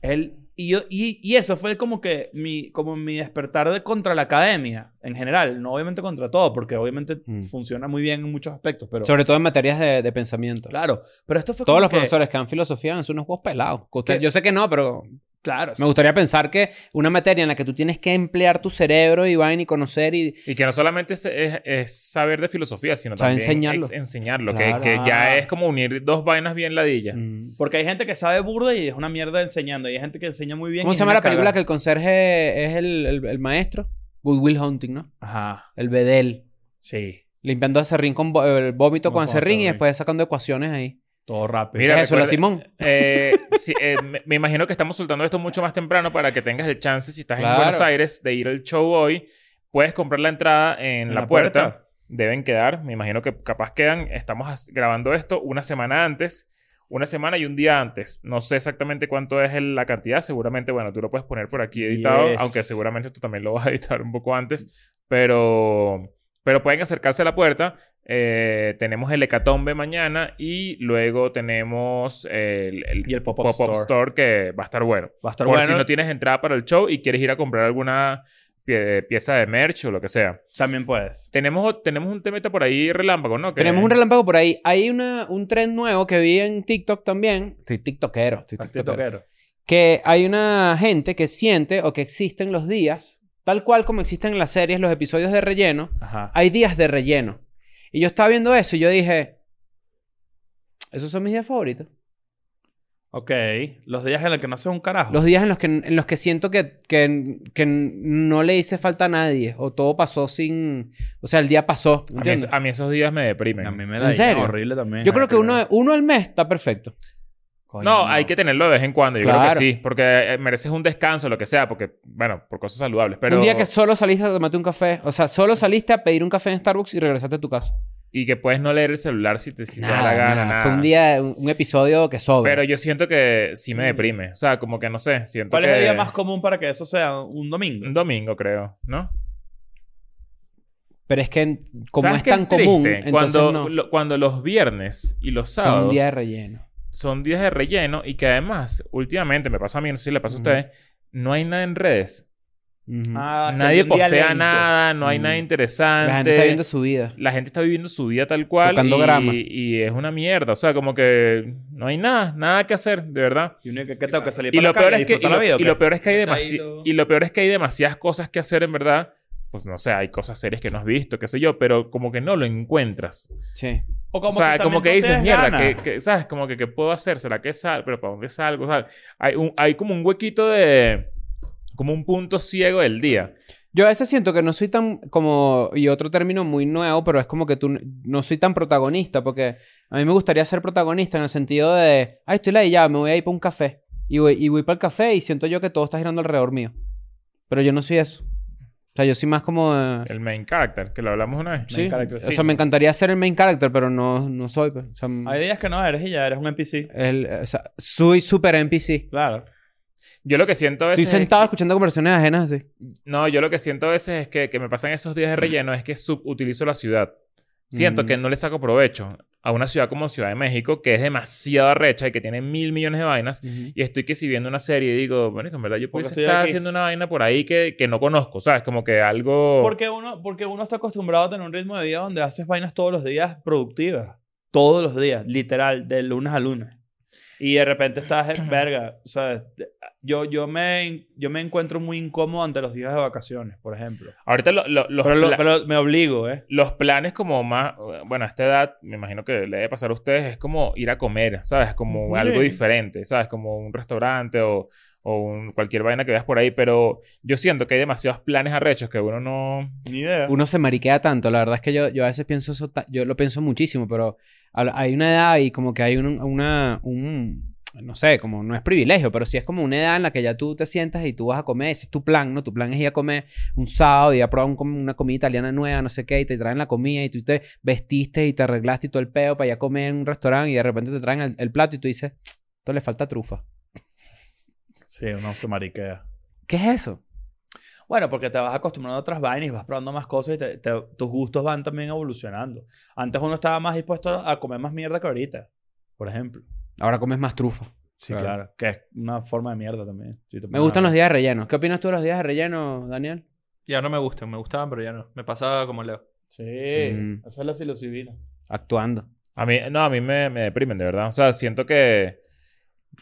Él, y, yo, y, y eso fue como que mi, como mi despertar de contra la academia en general, no obviamente contra todo, porque obviamente
Mm.
funciona muy bien en muchos aspectos, pero...
Sobre todo en materias de, de pensamiento.
Claro, pero esto fue
Todos
como
los
que-
profesores que dan filosofía han sido unos huevos pelados. Que usted-
¿Qué?
yo sé que no, pero
Claro,
me gustaría pensar que una materia en la que tú tienes que emplear tu cerebro y vaina y conocer y...
Y que no solamente es, es- es saber de filosofía, sino
O sea,
también
enseñarlo.
ex- enseñarlo, que-
Claro.
que, ya es como unir dos vainas bien ladillas.
Mm.
Porque hay gente que sabe burda y es una mierda enseñando. Y hay gente que enseña muy bien.
¿Cómo
y
se
es
llama la
una
película que
cagada.
el conserje es el, el- el maestro? Good Will Hunting, ¿no?
Ajá,
El bedel.
sí.
Limpiando a Serrín con vo- el vómito
No,
con
con
Serrín y
aserrín.
después sacando ecuaciones ahí.
Todo rápido.
Mira,
¿Qué es eso, la
recuerda-
Simón?
Eh, sí, eh, me, me imagino que estamos soltando esto mucho más temprano para que tengas el chance, si estás en
Claro.
Buenos Aires, de ir al show hoy. Puedes comprar la entrada en, la, puerta. Deben quedar. Me imagino que capaz quedan. Estamos as- grabando esto una semana antes. Una semana y un día antes. No sé exactamente cuánto es el- la cantidad. Seguramente, bueno, tú lo puedes poner por aquí editado.
Yes.
Aunque seguramente tú también lo vas a editar un poco antes. Pero... Pero pueden acercarse a la puerta. Eh, tenemos el hecatombe mañana y luego tenemos el, el
Y el pop-up
pop-up
store.
store. que va a estar bueno.
Va a estar
Por
bueno.
si no tienes entrada para el show y quieres ir a comprar alguna pie- pieza de merch o lo que sea.
También puedes.
Tenemos, tenemos un temeta por ahí relámpago, ¿no? Que-
Tenemos un relámpago por ahí. Hay una, un tren nuevo que vi en TikTok también. Estoy tiktokero. Estoy
Activo
tiktokero.
toquero.
que hay una gente que siente o que existen los días, tal cual como existen en las series, los episodios de relleno,
Ajá.
hay días de relleno. Y yo estaba viendo eso y yo dije, esos son mis días favoritos.
Ok. Los días en los que no haces un carajo.
Los días en los que, en los que siento que, que, que no le hice falta a nadie o todo pasó sin... O sea, el día pasó.
A mí,
¿entiendes?
a mí esos días me deprimen.
A mí me
¿En
la dieron
serio?
horrible también.
Yo creo que uno,
Horrible.
uno al mes está perfecto.
Coño,
No, hay que tenerlo de vez en cuando. Yo creo
Claro.
que sí. Porque eh, mereces un descanso, lo que sea. Porque, bueno, por cosas saludables. Pero...
Un día que solo saliste a tomarte un café. O sea, solo saliste a pedir un café en Starbucks y regresaste a tu casa.
Y que puedes no leer el celular si te, si te da la gana. nada.
Fue un día, un, un episodio que sobra.
Pero yo siento que sí
Mm.
me deprime. O sea, como que no sé. Siento
¿Cuál es
que-
el día más común para que eso sea un domingo?
Un domingo, creo. ¿No?
Pero es que como
¿Sabes
es
qué
tan común,
triste?
entonces
Cuando,
no.
lo- cuando los viernes y los sábados
Son un día de relleno.
días de relleno y que además, últimamente, me pasa a mí, no sé si le pasa a
Ujú.
ustedes, no hay nada en redes.
Ujú.
Ah, que hay
Nadie
un día
postea
lento.
nada, no hay
Mm.
nada interesante.
la gente está viendo su vida.
la gente está viviendo su vida tal cual.
Tocando
y,
grama.
y es una mierda. O sea, como que no hay nada, nada que hacer, de verdad.
Y uno que que tengo que salir
Y
para
lo
la calle
peor
a
es que, y
disfrutar la
lo,
vida. ¿o
y
qué?
lo peor es que hay demasi-
Sentadito.
y lo peor es que hay demasiadas cosas que hacer, en verdad. Pues no sé, hay cosas serias que no has visto, qué sé yo, pero como que no lo encuentras.
Sí.
O
o sea,
también
como que
no te
dices,
des
mierda,
ganas.
que, que- ¿sabes? Como que, ¿qué puedo hacer? ¿Será que sal? ¿Pero para dónde salgo? O sea, hay, un, hay como un huequito de... Como un punto ciego del día.
Yo a veces siento que no soy tan como y otro término muy nuevo, pero es como que tú n- no soy tan protagonista porque a mí me gustaría ser protagonista en el sentido de, ay, estoy la ya, me voy a ir para un café y voy, y voy para el café y siento yo que todo está girando alrededor mío. Pero yo no soy eso. O sea, yo soy más como... eh,
El main character, que lo hablamos una vez.
sí.
Ah. character,
O
sí.
sea, me encantaría ser el main character, pero no, no soy. pues. O sea, m-
Hay días que no eres y ya eres un NPC.
el- o sea, soy super NPC.
Claro.
Yo lo que siento a
Estoy
veces. Pues es-
sentado escuchando conversaciones ajenas así.
no, yo lo que siento a veces es que, que me pasan esos días de relleno es que subutilizo la ciudad. Siento
Mm.
que no le saco provecho a una ciudad como Ciudad de México, que es demasiado arrecha y que tiene mil millones de vainas. Y estoy que si viendo una serie y digo, bueno, en verdad yo
Porque
puedo
estoy
estar
aquí.
haciendo una vaina por ahí que, que no conozco, ¿sabes? Como que algo...
Porque uno, porque uno está acostumbrado a tener un ritmo de vida donde haces vainas todos los días productivas. Todos los días, literal, de lunes a lunes. Y de repente estás en verga. O sea, te- yo, yo, me, yo me encuentro muy incómodo ante los días de vacaciones, por ejemplo.
Ahorita lo- lo- los,
Pero, lo-
pla-
pero me obligo, ¿eh?
los planes como más... Bueno, a esta edad, me imagino que le debe pasar a ustedes, es como ir a comer, ¿sabes? Como
Sí.
algo diferente, ¿sabes? Como un restaurante o, o un- cualquier vaina que veas por ahí. Pero yo siento que hay demasiados planes arrechos que uno no...
Ni idea.
Uno se mariquea tanto. La verdad es que yo, yo a veces pienso eso... ta- Yo lo pienso muchísimo, pero al- hay una edad y como que hay un- una... un- no sé, como no es privilegio, pero sí es como una edad en la que ya tú te sientas y tú vas a comer. Ese es tu plan, ¿no? Tu plan es ir a comer un sábado y a probar un com- una comida italiana nueva, no sé qué, y te traen la comida y tú te vestiste y te arreglaste y todo el peo para ir a comer en un restaurante y de repente te traen el, el plato y tú dices, esto le falta trufa.
Sí, uno se mariquea.
¿Qué es eso?
Bueno, porque te vas acostumbrando a otras vainas y vas probando más cosas y te- te- tus gustos van también evolucionando. Antes uno estaba más dispuesto a comer más mierda que ahorita, por ejemplo.
Ahora comes más trufa.
Sí,
Claro.
claro. Que es una forma de mierda también. si te
Me
pones
gustan
a
los
ver.
días de relleno. ¿Qué opinas tú de los días de relleno, Daniel?
Ya no me gustan, me gustaban, pero ya no. Me pasaba como Leo.
Sí,
Mm.
esa es la psilocibina.
Actuando.
A mí, no, a mí me, me deprimen, de verdad. O sea, siento que.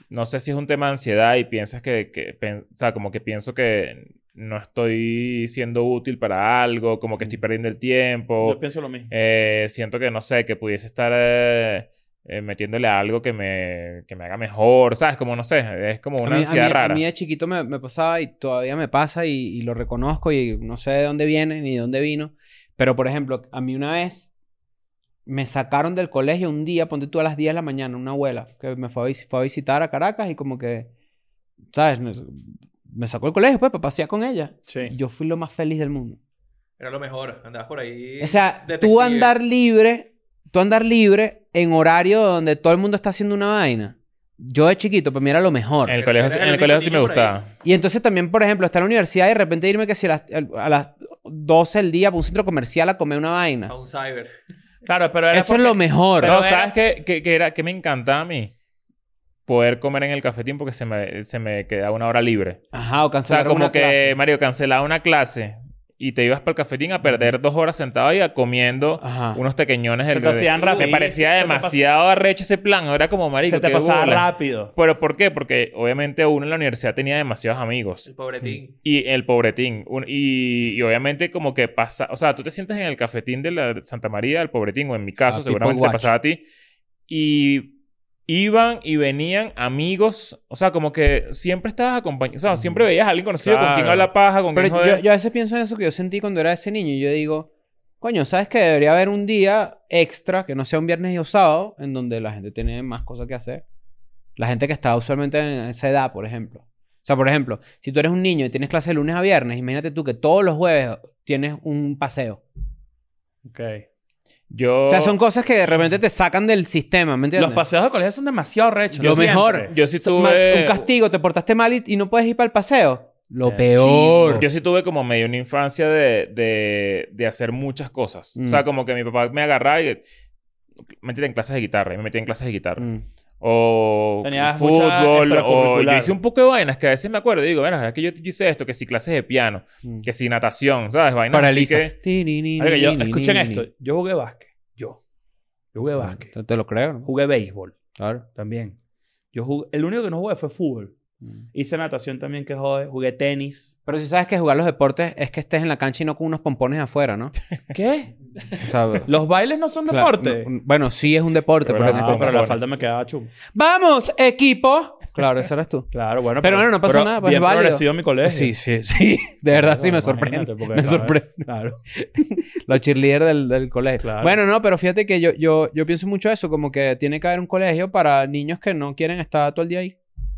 No sé si es un tema de ansiedad y piensas que. que pen- o sea, como que pienso que no estoy siendo útil para algo, como que estoy perdiendo el tiempo.
Yo pienso lo mismo.
Eh, siento que, no sé, que pudiese estar eh, eh, metiéndole a algo que me, que me haga mejor, ¿sabes? Como no sé, es como una
a mí, a
ansiedad
mí- a
rara.
mí de chiquito me, me pasaba y todavía me pasa y, y lo reconozco y no sé de dónde viene ni de dónde vino. Pero, por ejemplo, a mí una vez me sacaron del colegio un día, ponte tú a las 10 de la mañana, una abuela que me fue a, vis- fue a visitar a Caracas y como que, ¿sabes? Me, me sacó del colegio, pues, para pasear con ella. Y
Sí.
yo fui lo más feliz del mundo.
Era lo mejor. Andabas por ahí.
O sea, tú
detective.
andar libre, tú andar libre en horario donde todo el mundo está haciendo una vaina. Yo de chiquito, para mí era lo mejor.
En el colegio,
Era el
en el
único
colegio sí me
niño por
gustaba.
Y entonces también, por ejemplo, estar en la universidad y de repente irme que si a las, a las 12 del día para un centro comercial a comer una
A
vaina.
un cyber.
Claro, pero era
Eso es lo mejor.
No,
Pero era-
¿sabes qué, qué- qué era, qué me encantaba a mí? Poder comer en el cafetín porque se me, se me quedaba una hora libre.
Ajá, o
O sea,
cancelar
como
una
que,
clase.
Mario, cancelaba una clase y te ibas para el cafetín a perder dos horas sentado ahí a- comiendo
Ajá.
unos tequeñones
Ah. Se
del-
te hacían
Me
rapidísimo,
parecía
se te
demasiado arrecho ese plan. Era como, marico,
se te
qué
pasaba
bola.
rápido.
¿Pero por qué? Porque obviamente uno en la universidad tenía demasiados amigos.
El pobretín.
Y el pobretín. Un- y, y obviamente como que pasa... O sea, tú te sientes en el cafetín de la Santa María, del pobretín, o en mi caso
Ah,
seguramente
People
te pasaba a ti. Y iban y venían amigos. O sea, como que siempre estabas acompañado. O sea, siempre veías a alguien conocido con quien
Claro.
habla paja, con
Mm. Pero
quien
yo,
joder.
yo a veces pienso en eso que yo sentí cuando era ese niño y yo digo, coño, ¿sabes que Debería haber un día extra, que no sea un viernes y un sábado, en donde la gente tiene más cosas que hacer. La gente que está usualmente en esa edad, por ejemplo. O sea, por ejemplo, si tú eres un niño y tienes clase de lunes a viernes, imagínate tú que todos los jueves tienes un paseo.
Ok.
Yo-
O sea, son cosas que de repente te sacan del sistema, ¿me entiendes?
Los paseos de colegio son demasiado rechos.
Lo
siempre.
mejor.
Yo sí
O sea, ma-
tuve...
Un castigo, te portaste mal y, y no puedes ir para el paseo. Lo
Eh,
peor.
Yo sí tuve como medio una infancia de, de, de hacer muchas cosas. O sea,
Mm.
como que mi papá me agarraba y... Métete en clases de guitarra. Y me metía en clases de guitarra.
Mm.
O
Tenías mucha
fútbol. O yo
extracurricular.
hice un poco de vainas que a veces me acuerdo. y Digo, bueno, es que yo, yo hice esto. Que si clases de piano.
Mm.
Que si natación. ¿Sabes? Vainas así
Paraliza.
que...
Marico, yo- escuchen esto. Yo jugué básquet. Yo. Yo
Ah,
jugué básquet.
Te, te lo creo, ¿no?
Jugué béisbol
Claro.
también. Yo jugué- el único que no jugué fue fútbol. Hice natación también que jode. Jugué tenis.
Pero si sabes que jugar los deportes es que estés en la cancha y no con unos pompones afuera, ¿no?
¿Qué?
O sea,
¿Los bailes no son
claro,
deporte?
no- bueno, sí es un deporte,
Pero
pero... este
Ah,
no te
pero la
compones.
falda me quedaba chum.
¡Vamos, equipo! Claro, eso eres tú.
Claro, bueno.
Pero bueno, no pasa nada, pues,
bien
válido.
progresivo mi colegio.
Sí, sí, sí. De verdad, sí, me
Imagínate,
sorprende.
porque,
Me
claro,
sorprende.
Claro.
Los cheerleaders del, del colegio.
Claro.
Bueno, no, pero fíjate que yo, yo, yo pienso mucho eso. Como que tiene que haber un colegio para niños que no quieren estar todo el día ahí.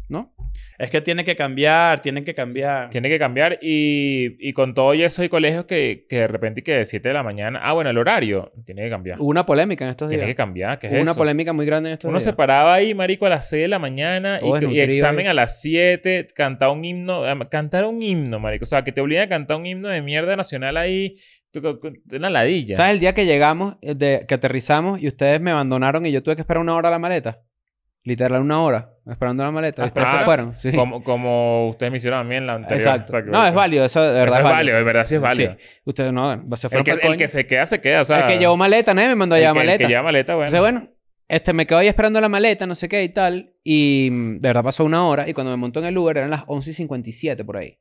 ¿no?
Es que tiene que cambiar, tiene que cambiar.
Tiene que cambiar y, y con todo y eso hay colegios que, que de repente que de 7 de la mañana, ah, bueno, el horario, tiene que cambiar.
Hubo una polémica en estos
tiene que
días.
cambiar, ¿qué es
Hubo una
eso?
polémica muy grande en estos
Uno
días.
se paraba ahí, marico, a las 6 de la mañana y,
Todo
que- y
desnutrido
examen
ahí.
a las 7, cantar un himno, am- cantar un himno, marico. O sea, que te obligan a cantar un himno de mierda nacional ahí, tú co- co- una ladilla.
¿Sabes el día que llegamos, eh, de, que aterrizamos y ustedes me abandonaron y yo tuve que esperar una hora la maleta? Literal, una hora esperando la maleta. y ustedes se
esperaron.
fueron. Sí.
Ah, Como, como ustedes me hicieron a mí en la anterior.
Exacto.
O sea, que-
no, es válido, eso de verdad.
Eso es válido, de verdad sí es válido.
Sí. Ustedes no, se
El,
fueron
que,
pa'l coño.
el que se queda, se queda. O sea,
llevó maleta, nadie me mandó a
el
llevar
que- el
maleta.
que lleva maleta, bueno.
Entonces, bueno, este, me quedo ahí esperando la maleta, no sé qué y tal. Y mm, de verdad pasó una hora. Y cuando me montó en el Uber eran las 11 y 57 por ahí.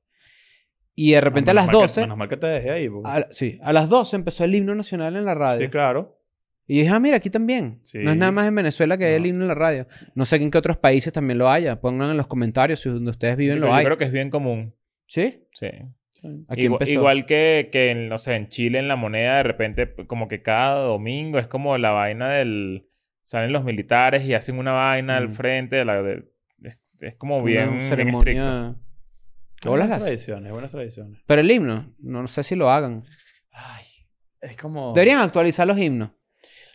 Y de repente
Ah, Menos
a las
mal que-
12.
menos mal que te dejé ahí. porque-
a la- sí, a las 12 empezó el himno nacional en la radio.
sí, claro.
Y dije, ah, mira, aquí también.
Sí.
No es nada más en Venezuela que hay el
No.
himno en la radio. No sé en qué otros países también lo haya. Pongan en los comentarios si donde ustedes viven
yo,
lo
yo
hay.
creo que es bien común.
¿Sí?
Sí.
Aquí
Igual,
empezó.
igual que, que en, no sé, en Chile, en la moneda, de repente, p- como que cada domingo es como la vaina del. Salen los militares y hacen una vaina al
Mm.
frente. de la- de- es, es como
Una
bien, bien estricto.
ceremonia. Hola,
Buenas
las-
tradiciones, buenas tradiciones.
Pero el himno, no sé si lo hagan.
Ay, es como...
Deberían actualizar los himnos.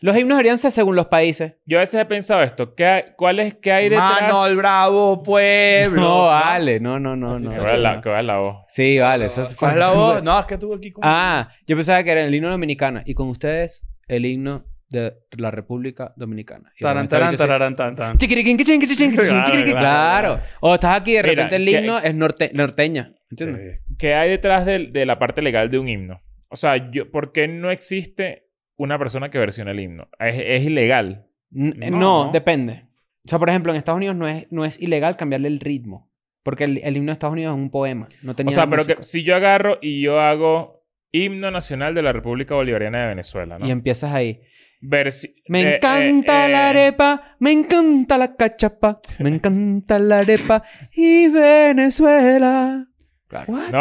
Los himnos deberían ser según los países.
Yo a veces he pensado esto. ¿qué, hay- ¿Cuál es que hay detrás?
Mano el bravo pueblo.
No, vale, no, no, no.
Así
no,
se
Que
eso
va la,
no.
que va la voz.
Sí, vale. Eso fue-
¿Cuál es la voz? No, es que estuve aquí con...
Ah, yo pensaba que era el himno dominicano. Y con ustedes, el himno de la República Dominicana. Y
Taran,
bueno, está
taran,
dicho así.
tararán, tan, tan.
Chiquiriquín, chiquiriquín, chiquiriquín, chiquiriquín,
Claro,
chiquiriquín.
claro.
Claro. O estás aquí y de
Mira,
repente el
que-
himno es norte- norteña. ¿Entiendes?
¿Qué hay detrás del- de, la parte legal de un himno? O sea, yo, ¿por qué no existe una persona que versione el himno? Es, es ilegal.
N- eh,
No,
No,
no.
depende. O sea, por ejemplo, en Estados Unidos no es, no es ilegal cambiarle el ritmo. Porque el, el himno de Estados Unidos es un poema. No tenía
O sea, pero
música.
que si yo agarro y yo hago himno nacional de la República Bolivariana de Venezuela, ¿no?
Y empiezas ahí.
Versi-
Me
eh, eh,
encanta
eh,
la arepa, me encanta la cachapa, me encanta la arepa y Venezuela.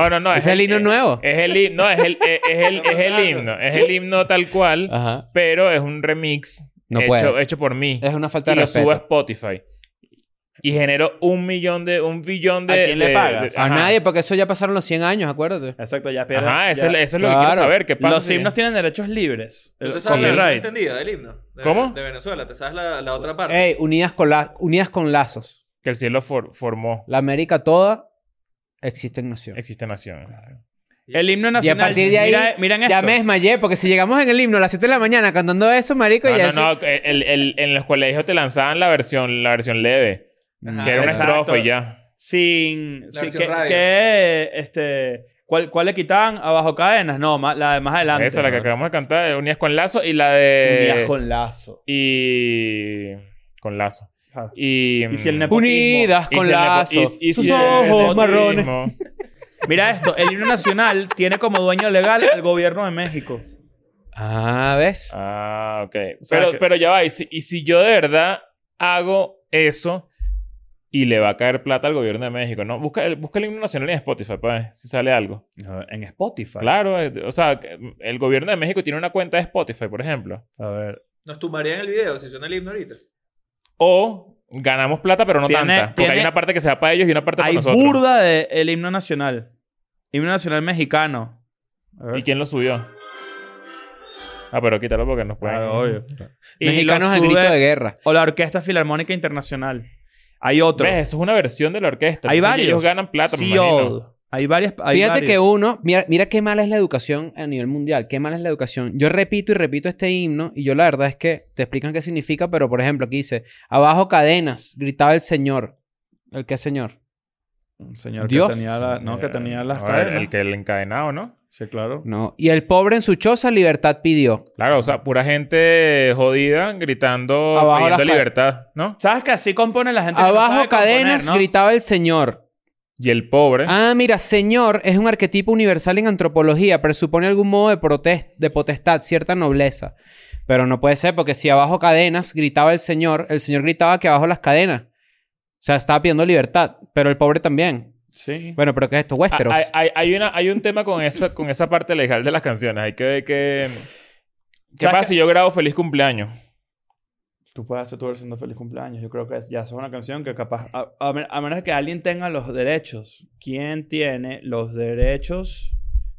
No, no, no.
¿Es el himno
eh,
nuevo?
Es el himno, no, es el, eh, es el, es el himno. Es el himno tal cual,
Ajá.
pero es un remix
Ah. No
hecho,
puede.
hecho por mí.
Es una falta
y
de
lo subo a
respeto.
Spotify. Y genero un millón de... Un billón de...
¿A quién le
de-
pagas?
de-
A
ajá.
nadie, porque eso ya pasaron los 100 años, acuérdate.
Exacto, ya pierdes.
Ajá, eso,
ya-
es, lo- eso es lo que
Claro.
quiero saber. ¿Qué pasa?
Los
si-
himnos tienen derechos libres. El
¿Tú te sabes la versión
copyright.
extendida del himno? De,
¿Cómo?
De Venezuela. ¿Te sabes la, la otra parte?
Ey, unidas con, la- unidas con lazos.
Que el cielo for- formó.
La América toda existe en nación.
Existe nación.
El himno nacional.
partir de ahí,
Mira- miren esto.
Ya me desmayé, porque si llegamos en el himno a las 7 de la mañana cantando eso, marico,
No,
ya
no,
eso-
no. el- el- en los colegios te lanzaban la versión, la versión leve.
Ajá.
que era una
Ah, exacto.
estrofa y ya.
Sin.
La
sin-
versión
que,
radio.
que, este, ¿cuál, ¿Cuál le quitaban? Abajo cadenas. No, ma- la de más adelante.
Esa es la que acabamos de cantar. eh, Unías con lazo y la de...
Unidas con lazo.
Y... Con lazo.
Claro.
Y... mm,
Y si el nepo-
unidas
y si
con
el nepo-
lazos.
y- y
Sus
si el nepotismo-
ojos marrones.
Mira esto. El himno nacional tiene como dueño legal al gobierno de México.
Ah, ¿ves?
Ah, ok.
sea
Pero,
que-
pero ya va. Y si, y si yo de verdad hago eso y le va a caer plata al gobierno de México, ¿no? Busca, el- busca el himno nacional en Spotify para ver si sale algo.
En Spotify.
Claro. eh, O sea, que el gobierno de México tiene una cuenta de Spotify, por ejemplo.
A ver.
Nos tumbarían el video si suena el himno ahorita.
O ganamos plata, pero no
Tiene-
tanta. Porque
tiene-
hay una parte que se va para ellos y una parte para
Hay
nosotros.
burda del el himno nacional. Himno nacional mexicano. A ver.
¿Y quién lo subió? Ah, pero quítalo porque nos pueden...
Claro, obvio. Y
Mexicanos
lo
al grito
sube-
de guerra.
O la Orquesta Filarmónica Internacional. Hay otro.
¿Ves? Eso es una versión de la orquesta.
Hay
Entonces,
varios.
Ellos ganan plata, me
Sí,
imagino.
old. Hay varias. hay
Fíjate
varios.
que uno, mira, mira qué mala es la educación a nivel mundial, qué mala es la educación. Yo repito y repito este himno y yo la verdad es que te explican qué significa, pero por ejemplo aquí dice, abajo cadenas, gritaba el Señor. ¿El qué Señor?
Un señor
Dios.
que tenía, la- no, que
Eh,
tenía las
no, el-
cadenas.
El que el encadenado, ¿no?
Sí, claro.
No. Y el pobre en su choza libertad pidió.
Claro, o sea, pura gente jodida gritando,
Abajo
pidiendo
las ca-
libertad, ¿no?
¿Sabes que así compone la gente? que no
Abajo
sabe componer,
cadenas,
¿no?
gritaba el Señor.
Y el pobre.
Ah, mira, Señor es un arquetipo universal en antropología, presupone algún modo de, protest de potestad, cierta nobleza. Pero no puede ser, porque si abajo cadenas gritaba el Señor, el Señor gritaba que abajo las cadenas. O sea, estaba pidiendo libertad, pero el pobre también.
Sí.
Bueno, pero ¿qué es esto?
Ah,
Westeros.
hay, hay- hay una, hay un tema con esa, con esa parte legal de las canciones. Hay que ver que... ¿Qué
¿Sabes
pasa
qué?
si yo grabo feliz cumpleaños?
tú puedes hacer tu versión de Feliz Cumpleaños. Yo creo que es- ya es una canción que capaz, a, a men- a menos que alguien tenga los derechos. ¿Quién tiene los derechos?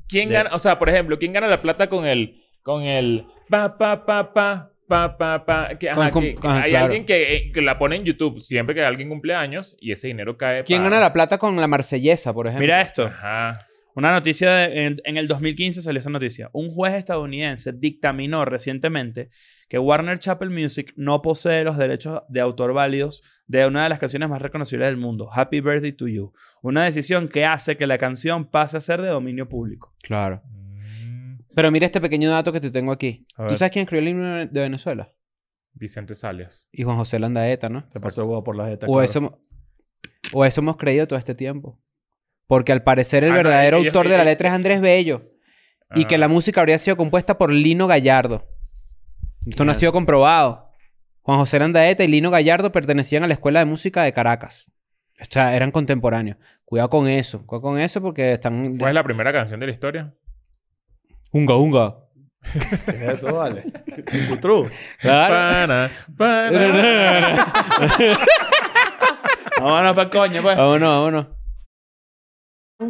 ¿Quién
De-
gana? O sea, por ejemplo, ¿quién gana la plata con el. con el. pa, pa, pa, pa, pa, pa, pa? Que, ajá,
Con-
que-
con- ajá,
hay
claro.
alguien que, eh, que la pone en YouTube siempre que alguien cumple años y ese dinero cae.
¿Quién
pa-
gana la plata con la marsellesa, por ejemplo?
Mira esto.
Ajá.
Una noticia de- en, en el 2015 salió esta noticia. Un juez estadounidense dictaminó recientemente que Warner Chappell Music no posee los derechos de autor válidos de una de las canciones más reconocibles del mundo, Happy Birthday to You. Una decisión que hace que la canción pase a ser de dominio público.
Claro.
Mm,
Pero mira este pequeño dato que te tengo aquí.
A
¿Tú
ver.
sabes quién escribió el himno de Venezuela?
Vicente Salias.
Y Juan José Landaeta, ¿no?
Se pasó el huevo por la jeta.
O
cabrón.
eso, hemo- o eso hemos creído todo este tiempo. Porque al parecer el
Ah, no,
verdadero
ellos-
autor de la
ellos-
letra es Andrés Bello. Y que
Ah.
la música habría sido compuesta por Lino Gallardo. Esto no ha sido comprobado. Juan José Landaeta y Lino Gallardo pertenecían a la Escuela de Música de Caracas. O sea, eran contemporáneos. Cuidado con eso. Cuidado con eso porque están...
¿Cuál es la primera canción de la historia?
Unga, unga.
¿Qué es eso, vale? True.
Claro.
Pana, pana.
vámonos,
No, no, pa' coño, pues.
vámonos.
I'm